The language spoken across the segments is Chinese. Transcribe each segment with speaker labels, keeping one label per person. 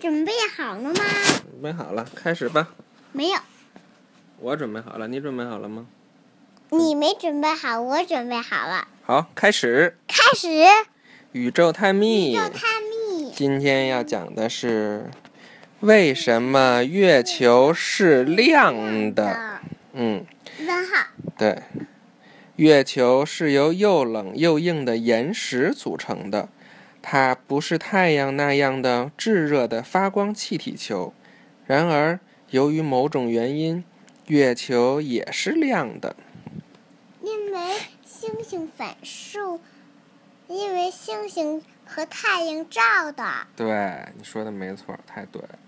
Speaker 1: 准备好了吗？
Speaker 2: 准备好了，开始吧。
Speaker 1: 没有，
Speaker 2: 我准备好了，你准备好了吗？
Speaker 1: 你没准备好，我准备好了。
Speaker 2: 好，开始。
Speaker 1: 开始，
Speaker 2: 宇宙探秘。
Speaker 1: 要探秘。
Speaker 2: 今天要讲的是为什么月球是亮的。
Speaker 1: 的
Speaker 2: 嗯，
Speaker 1: 问号，
Speaker 2: 对，月球是由又冷又硬的岩石组成的，它不是太阳那样的炙热的发光气体球。然而，由于某种原因，月球也是亮的。
Speaker 1: 因为星星反射，因为星星和太阳照的。
Speaker 2: 对，你说的没错，太对了。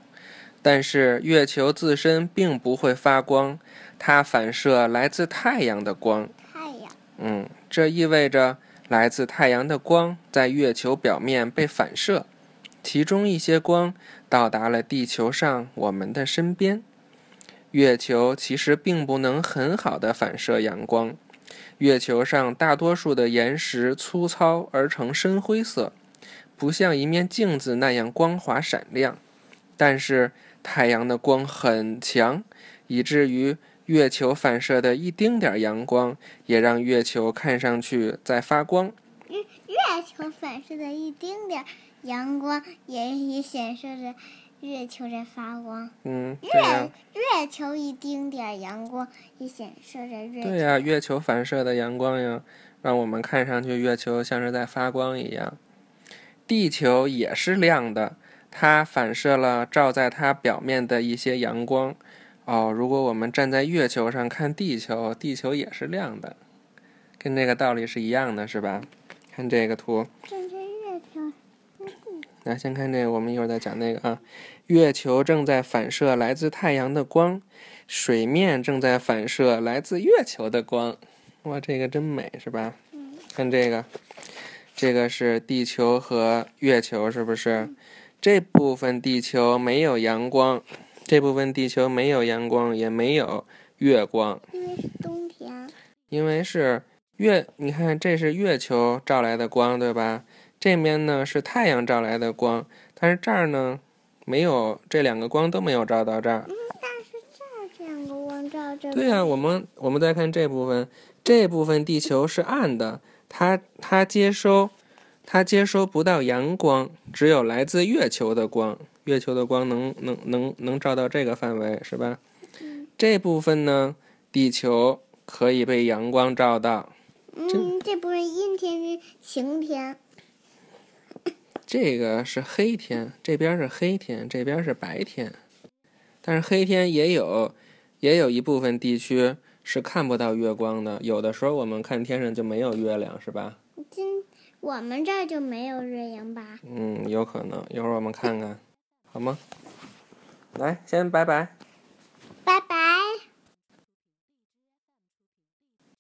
Speaker 2: 但是月球自身并不会发光，它反射来自太阳的光。
Speaker 1: 太阳，
Speaker 2: 嗯，这意味着来自太阳的光在月球表面被反射，其中一些光到达了地球上我们的身边。月球其实并不能很好的反射阳光，月球上大多数的岩石粗糙而呈深灰色，不像一面镜子那样光滑闪亮。但是太阳的光很强，以至于月球反射的一丁点儿阳光也让月球看上去在发光。
Speaker 1: 月球反射的一丁点儿阳光，也也显示着月球在发光。
Speaker 2: 嗯，对呀、
Speaker 1: 月月球一丁点儿阳光，也显示着月
Speaker 2: 对
Speaker 1: 球
Speaker 2: 呀、月球反射的阳光呀，让我们看上去月球像是在发光一样。地球也是亮的，它反射了照在它表面的一些阳光。哦，如果我们站在月球上看地球，地球也是亮的，跟这个道理是一样的，是吧？看这个图，
Speaker 1: 站在月球
Speaker 2: 那先看这个，我们一会儿再讲那个啊。月球正在反射来自太阳的光，水面正在反射来自月球的光。哇，这个真美，是吧？看这个，这个是地球和月球，是不是？这部分地球没有阳光，这部分地球没有阳光，也没有月光。
Speaker 1: 因为是冬天，
Speaker 2: 因为是月，你看这是月球照来的光，对吧？这面呢是太阳照来的光，但是这儿呢没有，这两个光都没有照到这儿。
Speaker 1: 这两个光照着。
Speaker 2: 对呀、我们我们再看这部分，这部分地球是暗的，它它接收它接收不到阳光，只有来自月球的光，月球的光能能能能照到这个范围，是吧？这部分呢，地球可以被阳光照到。
Speaker 1: 嗯，这不是阴天，是晴天。
Speaker 2: 这个是黑天，这边是黑天，这边是白天。但是黑天也有，也有一部分地区是看不到月光的。有的时候我们看天上就没有月亮，是吧？
Speaker 1: 今我们这儿就没有月亮吧？
Speaker 2: 嗯，有可能。一会儿我们看看，好吗？来，先拜拜。